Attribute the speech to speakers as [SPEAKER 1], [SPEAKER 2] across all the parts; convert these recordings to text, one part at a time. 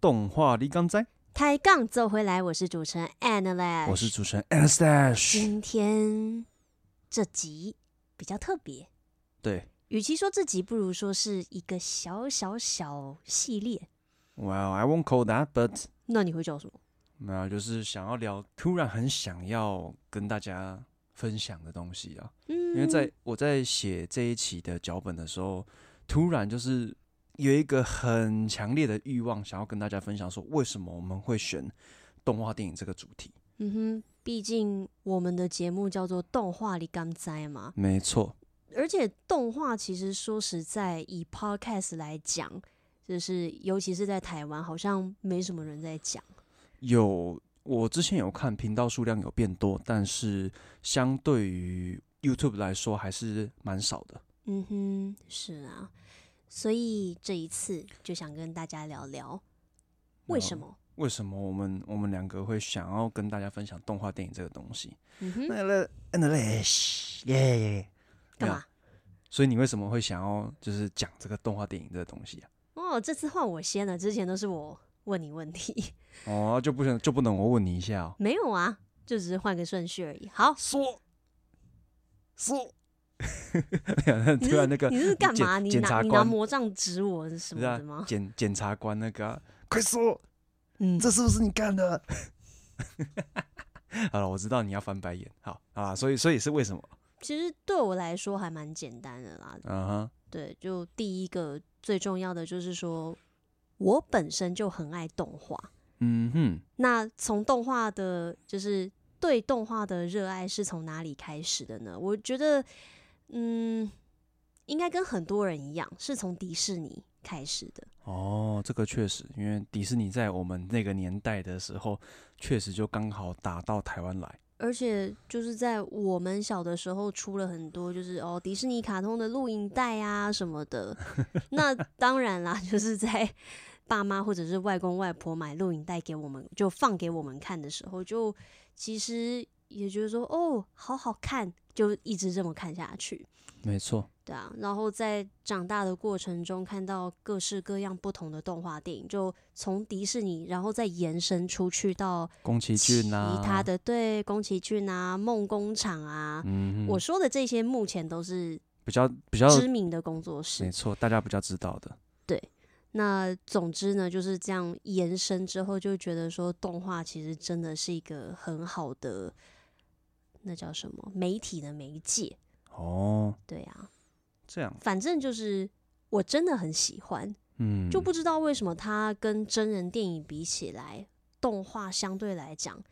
[SPEAKER 1] 动画你刚在，
[SPEAKER 2] 抬杠走回来，我是主持人 Anna Lash。
[SPEAKER 1] 我是主持人 Anastash。
[SPEAKER 2] 今天这集比较特别，
[SPEAKER 1] 对，
[SPEAKER 2] 与其说这集，不如说是一个小小小系列。
[SPEAKER 1] Well, I won't call that, but
[SPEAKER 2] 那你会叫什么？
[SPEAKER 1] 没有，就是想要聊，突然很想要跟大家分享的东西啊。
[SPEAKER 2] 嗯
[SPEAKER 1] 因为在我在写这一期的脚本的时候，突然就是有一个很强烈的欲望，想要跟大家分享说，为什么我们会选动画电影这个主题。
[SPEAKER 2] 嗯哼，毕竟我们的节目叫做动画里刚哉嘛，
[SPEAKER 1] 没错，
[SPEAKER 2] 而且动画其实说实在，以 podcast 来讲，就是尤其是在台湾，好像没什么人在讲。
[SPEAKER 1] 有我之前有看频道数量有变多，但是相对于 YouTube 来说还是蛮少的。
[SPEAKER 2] 嗯哼，是啊，所以这一次就想跟大家聊聊为
[SPEAKER 1] 嗯
[SPEAKER 2] 什么。
[SPEAKER 1] 为什么我们我们两个会想要跟大家分享动画电影这个东西？
[SPEAKER 2] 嗯哼，
[SPEAKER 1] 那了，那了，耶！没
[SPEAKER 2] 干
[SPEAKER 1] 有
[SPEAKER 2] 嘛？
[SPEAKER 1] 所以你为什么会想要就是讲这个动画电影这个东西啊？
[SPEAKER 2] 哦，这次换我先了，之前都是我问你问题，
[SPEAKER 1] 哦，就不想就不能我问你一下哦？
[SPEAKER 2] 没有啊，就只是换个顺序而 已。好，
[SPEAKER 1] 说 说，没有，那
[SPEAKER 2] 你
[SPEAKER 1] 突
[SPEAKER 2] 是
[SPEAKER 1] 啊然那个
[SPEAKER 2] 你是干嘛？
[SPEAKER 1] 检
[SPEAKER 2] 你
[SPEAKER 1] 检
[SPEAKER 2] 拿
[SPEAKER 1] 察
[SPEAKER 2] 你拿
[SPEAKER 1] 官
[SPEAKER 2] 魔杖指我是什
[SPEAKER 1] 不
[SPEAKER 2] 么
[SPEAKER 1] 是啊
[SPEAKER 2] 的吗？
[SPEAKER 1] 检检察官那个啊、快说，
[SPEAKER 2] 嗯，
[SPEAKER 1] 这是不是你干的？ 好了，我知道你要翻白眼。好啊，所以所以是为什么？
[SPEAKER 2] 其实对我来说还蛮简单的啦。
[SPEAKER 1] 嗯哼，
[SPEAKER 2] 对，就第一个最重要的就是说，我本身就很爱动画。
[SPEAKER 1] 嗯哼，
[SPEAKER 2] 那从动画的，就是对动画的热爱是从哪里开始的呢？我觉得，嗯，应该跟很多人一样，是从迪士尼开始的。
[SPEAKER 1] 哦，这个确实，因为迪士尼在我们那个年代的时候，确实就刚好打到台湾来。
[SPEAKER 2] 而且就是在我们小的时候出了很多就是哦迪士尼卡通的录影带啊什么的，那当然啦，就是在爸妈或者是外公外婆买录影带给我们，就放给我们看的时候，就其实也觉得说哦好好看，就一直这么看下去，
[SPEAKER 1] 没错，
[SPEAKER 2] 对啊。然后在长大的过程中看到各式各样不同的动画电影，就从迪士尼，然后再延伸出去到
[SPEAKER 1] 宫崎骏啊，
[SPEAKER 2] 其他，的对宫崎骏啊、梦工厂啊，
[SPEAKER 1] 嗯哼，
[SPEAKER 2] 我说的这些目前都是
[SPEAKER 1] 比较比较，
[SPEAKER 2] 知名的工作室
[SPEAKER 1] 没。错，大家比较知道的。
[SPEAKER 2] 那总之呢，就是这样延伸之后，就觉得说动画其实真的是一个很好的，那叫什么媒体的媒介。
[SPEAKER 1] 哦，
[SPEAKER 2] 对啊，
[SPEAKER 1] 这样，
[SPEAKER 2] 反正就是我真的很喜欢，
[SPEAKER 1] 嗯，
[SPEAKER 2] 就不知道为什么它跟真人电影比起来，动画相对来讲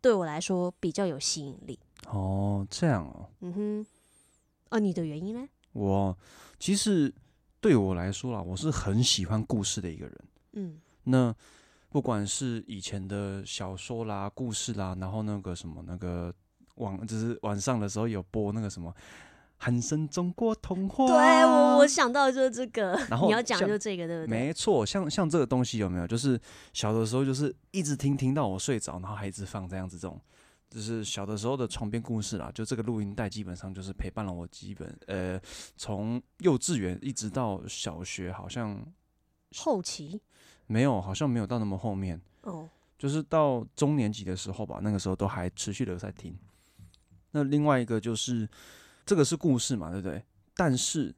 [SPEAKER 2] 对我来说比较有吸引力。
[SPEAKER 1] 哦，这样哦，
[SPEAKER 2] 嗯哼，哦，你的原因呢？
[SPEAKER 1] 我其实对我来说啦，我是很喜欢故事的一个人。
[SPEAKER 2] 嗯
[SPEAKER 1] 那不管是以前的小说啦、故事啦，然后那个什么那个晚就是晚上的时候有播那个什么《喊声中国童话》，
[SPEAKER 2] 对我我想到的就是这个，
[SPEAKER 1] 然后
[SPEAKER 2] 你要讲
[SPEAKER 1] 像
[SPEAKER 2] 就这个，对不对？
[SPEAKER 1] 没错，像像这个东西有没有？就是小的时候就是一直听听到我睡着，然后还一直放这样子这种。就是小的时候的床边故事啦，就这个录音带基本上就是陪伴了我基本呃，从幼稚园一直到小学，好像
[SPEAKER 2] 后期
[SPEAKER 1] 没有，好像没有到那么后面，
[SPEAKER 2] 哦，
[SPEAKER 1] 就是到中年级的时候吧，那个时候都还持续的在听。那另外一个就是，这个是故事嘛，对不对？但是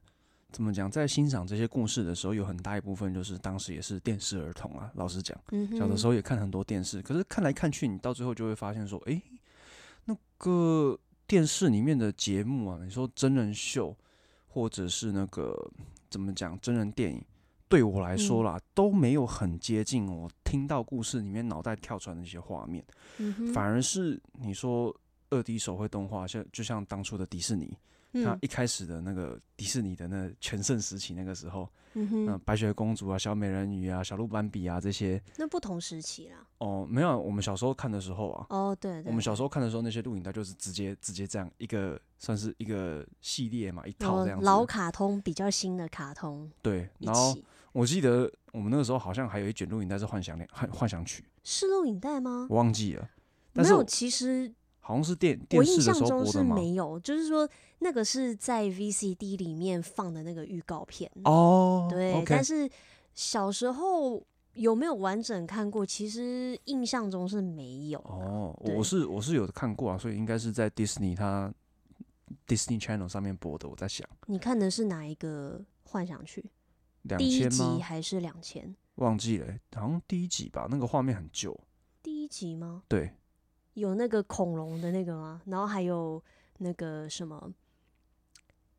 [SPEAKER 1] 怎么讲，在欣赏这些故事的时候，有很大一部分就是当时也是电视儿童啊。老实讲，
[SPEAKER 2] 嗯哼，
[SPEAKER 1] 小的时候也看很多电视，可是看来看去，你到最后就会发现说，诶，那个电视里面的节目啊，你说真人秀，或者是那个怎么讲真人电影，对我来
[SPEAKER 2] 嗯
[SPEAKER 1] 说啦，都没有很接近我听到故事里面脑袋跳出来的一些画面，
[SPEAKER 2] 嗯哼，
[SPEAKER 1] 反而是你说二 D 手绘动画，像就像当初的迪士尼，它
[SPEAKER 2] 嗯
[SPEAKER 1] 一开始的那个迪士尼的那全盛时期，那个时候，
[SPEAKER 2] 嗯
[SPEAKER 1] 嗯、
[SPEAKER 2] 哼，
[SPEAKER 1] 白雪公主啊、小美人鱼啊、小鹿斑比啊这些。
[SPEAKER 2] 那不同时期啦。
[SPEAKER 1] 哦，没有啊，我们小时候看的时候啊，
[SPEAKER 2] 哦，对
[SPEAKER 1] 我
[SPEAKER 2] 对
[SPEAKER 1] 们，小时候看的时候，那些录影带就是直接直接这样一个，算是一个系列嘛，一套
[SPEAKER 2] 哦
[SPEAKER 1] 这样子。
[SPEAKER 2] 老卡通比较新的卡通
[SPEAKER 1] 对，
[SPEAKER 2] 一
[SPEAKER 1] 然后
[SPEAKER 2] 起
[SPEAKER 1] 我记得我们那个时候好像还有一卷录影带是幻想恋幻幻想曲，
[SPEAKER 2] 是录影带吗？
[SPEAKER 1] 我忘记了，但
[SPEAKER 2] 没
[SPEAKER 1] 是
[SPEAKER 2] 有，
[SPEAKER 1] 我
[SPEAKER 2] 其实
[SPEAKER 1] 好像是电
[SPEAKER 2] 我
[SPEAKER 1] 电
[SPEAKER 2] 印
[SPEAKER 1] 视的
[SPEAKER 2] 象
[SPEAKER 1] 时候
[SPEAKER 2] 中
[SPEAKER 1] 播
[SPEAKER 2] 是
[SPEAKER 1] 的嘛。
[SPEAKER 2] 没有，就是说那个是在 VCD 里面放的那个预告片。
[SPEAKER 1] 哦，
[SPEAKER 2] 对
[SPEAKER 1] o k
[SPEAKER 2] 但是小时候有没有完整看过？其实印象中是没有啦。
[SPEAKER 1] 哦，
[SPEAKER 2] 对
[SPEAKER 1] 我是我是有看过啊，所以应该是在 Disney 它 Disney Channel 上面播的。我在想，
[SPEAKER 2] 你看的是哪一个幻想区？
[SPEAKER 1] 两
[SPEAKER 2] 第一
[SPEAKER 1] 千
[SPEAKER 2] 集
[SPEAKER 1] 吗？
[SPEAKER 2] 还是两千？
[SPEAKER 1] 忘记了欸、好像第一集吧，那个画面很旧。
[SPEAKER 2] 第一集吗？
[SPEAKER 1] 对，
[SPEAKER 2] 有那个恐龙的那个吗？然后还有那个什么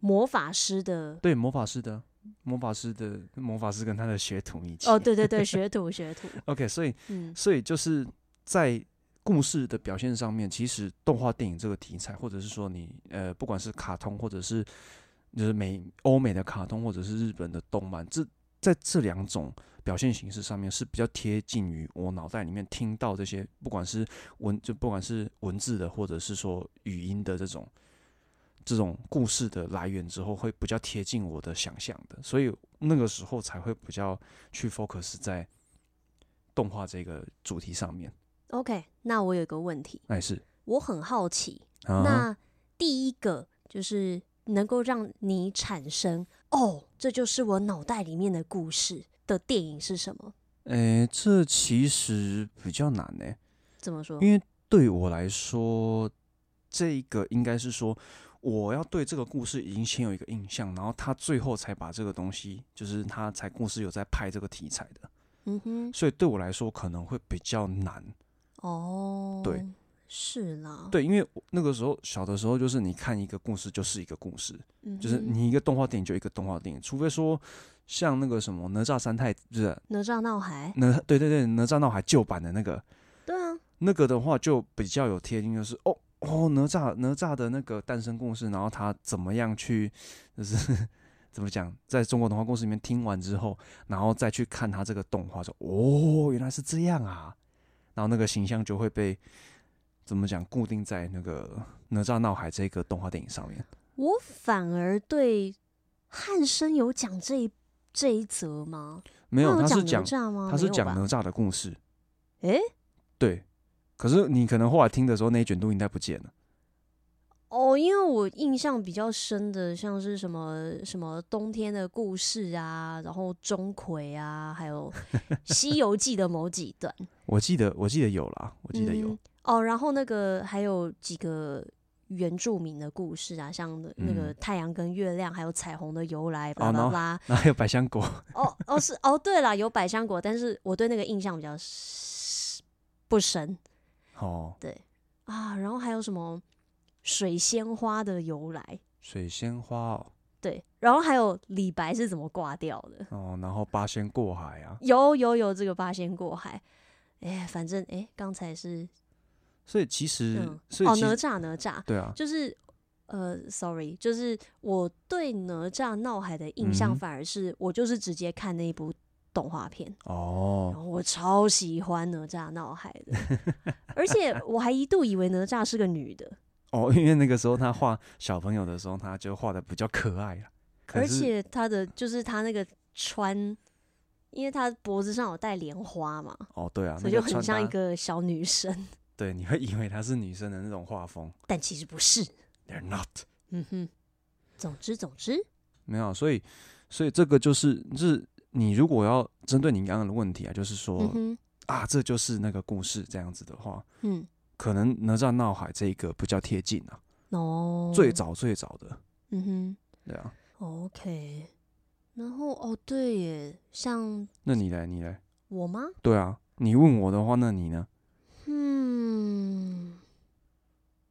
[SPEAKER 2] 魔法 师的。
[SPEAKER 1] 对，魔法师的魔法师的魔法师跟他的学徒一起。
[SPEAKER 2] 哦，对对对，学徒学徒，
[SPEAKER 1] OK，所以
[SPEAKER 2] 嗯，
[SPEAKER 1] 所以就是在故事的表现上面，其实动画电影这个题材，或者是说你呃，不管是卡通，或者是就是美欧美的卡通，或者是日本的动漫，这在这两种表现形式上面是比较贴近于我脑袋里面听到这些，不管是文就不管是文字的，或者是说语音的这种。这种故事的来源之后，会比较贴近我的想象的，所以那个时候才会比较去 focus 在动画这个主题上面，
[SPEAKER 2] OK，那我有一个问题，
[SPEAKER 1] 那也是。
[SPEAKER 2] 我很好奇，
[SPEAKER 1] 啊
[SPEAKER 2] 那第一个就是能够让你产生哦，这就是我脑袋里面的故事的电影是什么？
[SPEAKER 1] 诶、哎这其实比较难呢、
[SPEAKER 2] 怎么说？
[SPEAKER 1] 因为对我来说，这个应该是说，我要对这个故事已经先有一个印象，然后他最后才把这个东西，就是他才故事有在拍这个题材的，
[SPEAKER 2] 嗯哼，
[SPEAKER 1] 所以对我来说可能会比较难。
[SPEAKER 2] 哦，
[SPEAKER 1] 对，
[SPEAKER 2] 是啦，，
[SPEAKER 1] 对，因为我那个时候小的时候，就是你看一个故事就是一个故事，就是
[SPEAKER 2] 嗯哼
[SPEAKER 1] 你一个动画电影就一个动画电影，除非说像那个什么哪吒三太子，不是
[SPEAKER 2] 哪吒闹海，
[SPEAKER 1] 哪对对对哪吒闹海旧版的那个，
[SPEAKER 2] 对啊，
[SPEAKER 1] 那个的话就比较有贴近，就是哦哦哪吒哪吒的那个诞生故事，然后他怎么样去就是 怎么讲，在中国童话故事里面听完之后，然后再去看他这个动画，说哦原来是这样啊，然后那个形象就会被怎么讲固定在那个哪吒闹海这个动画电影上面。
[SPEAKER 2] 我反而对汉生有讲这一这一则吗？
[SPEAKER 1] 没有，
[SPEAKER 2] 他
[SPEAKER 1] 他是
[SPEAKER 2] 哦讲
[SPEAKER 1] 讲
[SPEAKER 2] 哪吒吗？
[SPEAKER 1] 他是讲哪
[SPEAKER 2] 的，
[SPEAKER 1] 吒的故事，
[SPEAKER 2] 诶、
[SPEAKER 1] 对。可是你可能后来听的时候，那一卷录应该不见了。
[SPEAKER 2] 哦，因为我印象比较深的，像是什么什么冬天的故事啊，然后钟馗啊，还有《西游记》的某几段，
[SPEAKER 1] 我记得我记得有啦，我
[SPEAKER 2] 我
[SPEAKER 1] 记得有。
[SPEAKER 2] 哦，然后那个还有几个原住民的故事啊，像那那个
[SPEAKER 1] 嗯
[SPEAKER 2] 太阳跟月亮，还有彩虹的由来，
[SPEAKER 1] 哦
[SPEAKER 2] 巴拉
[SPEAKER 1] 然后
[SPEAKER 2] 巴
[SPEAKER 1] 然后还有百香果，
[SPEAKER 2] 哦哦是哦，对啦，有百香果，但是我对那个印象比较深不深
[SPEAKER 1] 哦，
[SPEAKER 2] 啊。然后还有什么水仙花的由来，
[SPEAKER 1] 水仙花哦，
[SPEAKER 2] 对，然后还有李白是怎么挂掉的，
[SPEAKER 1] 哦然后八仙过海啊，
[SPEAKER 2] 有有有这个八仙过海。哎，反正哎，刚才是
[SPEAKER 1] 所以其实，
[SPEAKER 2] 嗯，
[SPEAKER 1] 所以
[SPEAKER 2] 哦，
[SPEAKER 1] 其
[SPEAKER 2] 哪
[SPEAKER 1] 实
[SPEAKER 2] 吒哪吒，
[SPEAKER 1] 对啊，
[SPEAKER 2] 就是呃，sorry，就是我对哪吒闹海的印象，
[SPEAKER 1] 嗯
[SPEAKER 2] 反而是、我就是直接看那一部动画片，然
[SPEAKER 1] 哦，
[SPEAKER 2] 后我超喜欢哪吒闹海的，而且我还一度以为哪吒是个女的，
[SPEAKER 1] 哦，因为那个时候他画小朋友的时候，他就画的比较可爱了，可
[SPEAKER 2] 而
[SPEAKER 1] 是
[SPEAKER 2] 且她的就是她那个穿，因为她脖子上有戴莲花嘛，
[SPEAKER 1] 哦，对啊，
[SPEAKER 2] 所
[SPEAKER 1] 那
[SPEAKER 2] 以就
[SPEAKER 1] 个
[SPEAKER 2] 很
[SPEAKER 1] 穿
[SPEAKER 2] 像一
[SPEAKER 1] 搭，
[SPEAKER 2] 个小女生，
[SPEAKER 1] 对，你会以为他是女生的那种画风
[SPEAKER 2] 但其实不是。
[SPEAKER 1] ，They're not，
[SPEAKER 2] 嗯哼，总之总之，
[SPEAKER 1] 没有，所以，所以这个就是，就是你如果要针对你刚刚的问题啊，就是说、
[SPEAKER 2] 嗯哼，
[SPEAKER 1] 啊，这就是那个故事这样子的话，
[SPEAKER 2] 嗯，
[SPEAKER 1] 可能哪吒闹海这一个比较贴近啊，
[SPEAKER 2] 哦，
[SPEAKER 1] 最，早最早的，
[SPEAKER 2] 嗯哼。
[SPEAKER 1] 对啊，
[SPEAKER 2] OK，然后哦对耶，像
[SPEAKER 1] 那你来，你来。
[SPEAKER 2] 我吗？
[SPEAKER 1] 对啊，你问我的话，那你呢？
[SPEAKER 2] 嗯，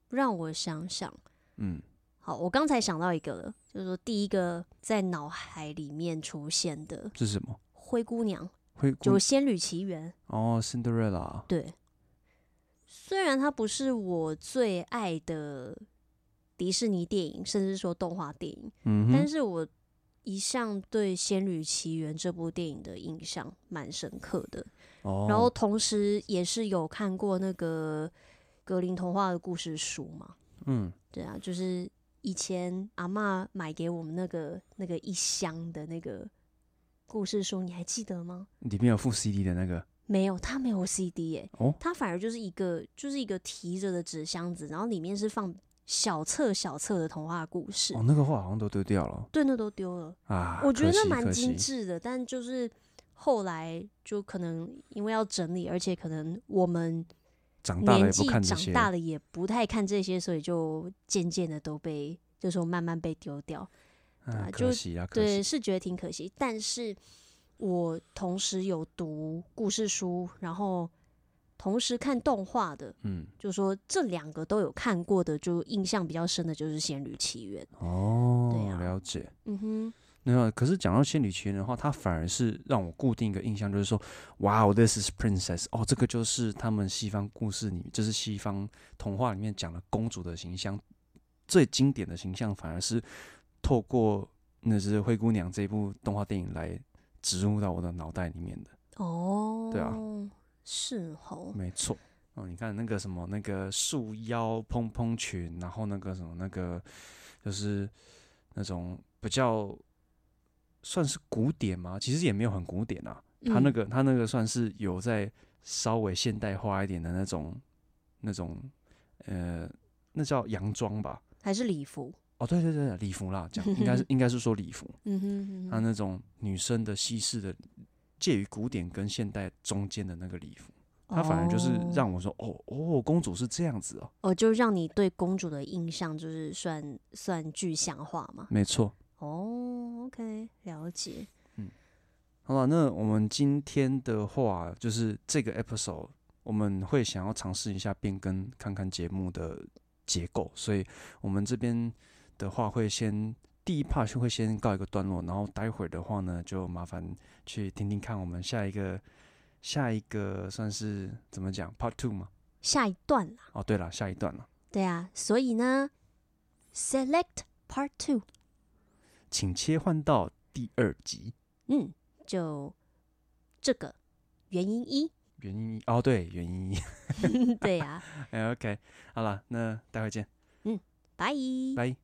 [SPEAKER 2] 让我想想。
[SPEAKER 1] 嗯，
[SPEAKER 2] 好，我刚才想到一个了，就是说第一个在脑海里面出现的
[SPEAKER 1] 是什么？
[SPEAKER 2] 灰姑娘，
[SPEAKER 1] 灰姑
[SPEAKER 2] 就《仙女奇缘》。
[SPEAKER 1] 哦，Cinderella。
[SPEAKER 2] 对，虽然它不是我最爱的迪士尼电影，甚至说动画电影，
[SPEAKER 1] 嗯
[SPEAKER 2] 但
[SPEAKER 1] 哼，
[SPEAKER 2] 是我一向对《仙女奇缘》这部电影的印象蛮深刻的。
[SPEAKER 1] 哦，
[SPEAKER 2] 然后同时也是有看过那个格林童话的故事书嘛，
[SPEAKER 1] 嗯，
[SPEAKER 2] 对啊，就是以前阿嬷买给我们那个那个一箱的那个故事书，你还记得吗？
[SPEAKER 1] 里面有附 CD 的那个
[SPEAKER 2] 没有，它没有 CD 耶、
[SPEAKER 1] 哦
[SPEAKER 2] 它反而就是一个就是一个提着的纸箱子，然后里面是放小册小册的童话故事，
[SPEAKER 1] 哦哦，那个画好像都丢掉了
[SPEAKER 2] 对，那都丢了。
[SPEAKER 1] 啊。
[SPEAKER 2] 我觉得
[SPEAKER 1] 可惜
[SPEAKER 2] 那蛮
[SPEAKER 1] 可惜
[SPEAKER 2] 精致的，但就是后来就可能因为要整理，而且可能我们
[SPEAKER 1] 长大了
[SPEAKER 2] 年
[SPEAKER 1] 也不
[SPEAKER 2] 纪
[SPEAKER 1] 看这
[SPEAKER 2] 长
[SPEAKER 1] 些，
[SPEAKER 2] 大了也不太看这些，所以就渐渐的都被，就说慢慢被丢掉。
[SPEAKER 1] 啊
[SPEAKER 2] 啊
[SPEAKER 1] 可
[SPEAKER 2] 就
[SPEAKER 1] 惜啊，可
[SPEAKER 2] 对，
[SPEAKER 1] 惜。
[SPEAKER 2] 是觉得挺可惜。但是我同时有读故事书，然后同时看动画的，
[SPEAKER 1] 嗯，
[SPEAKER 2] 就说这两个都有看过的，就印象比较深的就是《仙女奇缘》。
[SPEAKER 1] 哦，
[SPEAKER 2] 对啊
[SPEAKER 1] 了解。
[SPEAKER 2] 嗯哼，
[SPEAKER 1] 那可是讲到仙女奇缘的话，它反而是让我固定一个印象，就是说，哇哦，this is princess，哦，这个就是他们西方故事里，就是西方童话里面讲的公主的形象，最经典的形象，反而是透过那是灰姑娘这部动画电影来植入到我的脑袋里面的。
[SPEAKER 2] 哦，
[SPEAKER 1] 对啊，
[SPEAKER 2] 是哦，
[SPEAKER 1] 没错，哦，你看那个什么那个束腰蓬蓬裙，然后那个什么那个就是那种比较算是古典嘛，其实也没有很古典啊，他那
[SPEAKER 2] 嗯
[SPEAKER 1] 个他那个算是有在稍微现代化一点的那种那种呃，那叫洋装吧。
[SPEAKER 2] 还是礼服。
[SPEAKER 1] 哦，对对对，礼服啦，讲应 该是应该是说礼服，
[SPEAKER 2] 嗯哼嗯
[SPEAKER 1] 他
[SPEAKER 2] 哼，
[SPEAKER 1] 啊那种女生的西式的，介于古典跟现代中间的那个礼服。他反而就是
[SPEAKER 2] 哦
[SPEAKER 1] 让我说，哦哦，公主是这样子哦，
[SPEAKER 2] 哦，就让你对公主的印象就是算算具象化嘛。
[SPEAKER 1] 没错。
[SPEAKER 2] 哦，OK，了解。
[SPEAKER 1] 好了，那我们今天的话，就是这个 episode，我们会想要尝试一下变更，看看节目的结构，所以我们这边的话会先。第一 part 就会先告一个段落，然后待会儿的话呢，就麻烦去听听看我们下一个下一个算是怎么讲 part two 嘛？
[SPEAKER 2] 下一段啦，
[SPEAKER 1] 哦，对了，下一段了，
[SPEAKER 2] 对啊，所以呢，select part two，
[SPEAKER 1] 请切换到第二集
[SPEAKER 2] 嗯，就这个原因 一，
[SPEAKER 1] 原因一哦，对原因一，
[SPEAKER 2] 对啊，
[SPEAKER 1] 哎，OK，好了，那待会见，
[SPEAKER 2] 拜。
[SPEAKER 1] 拜。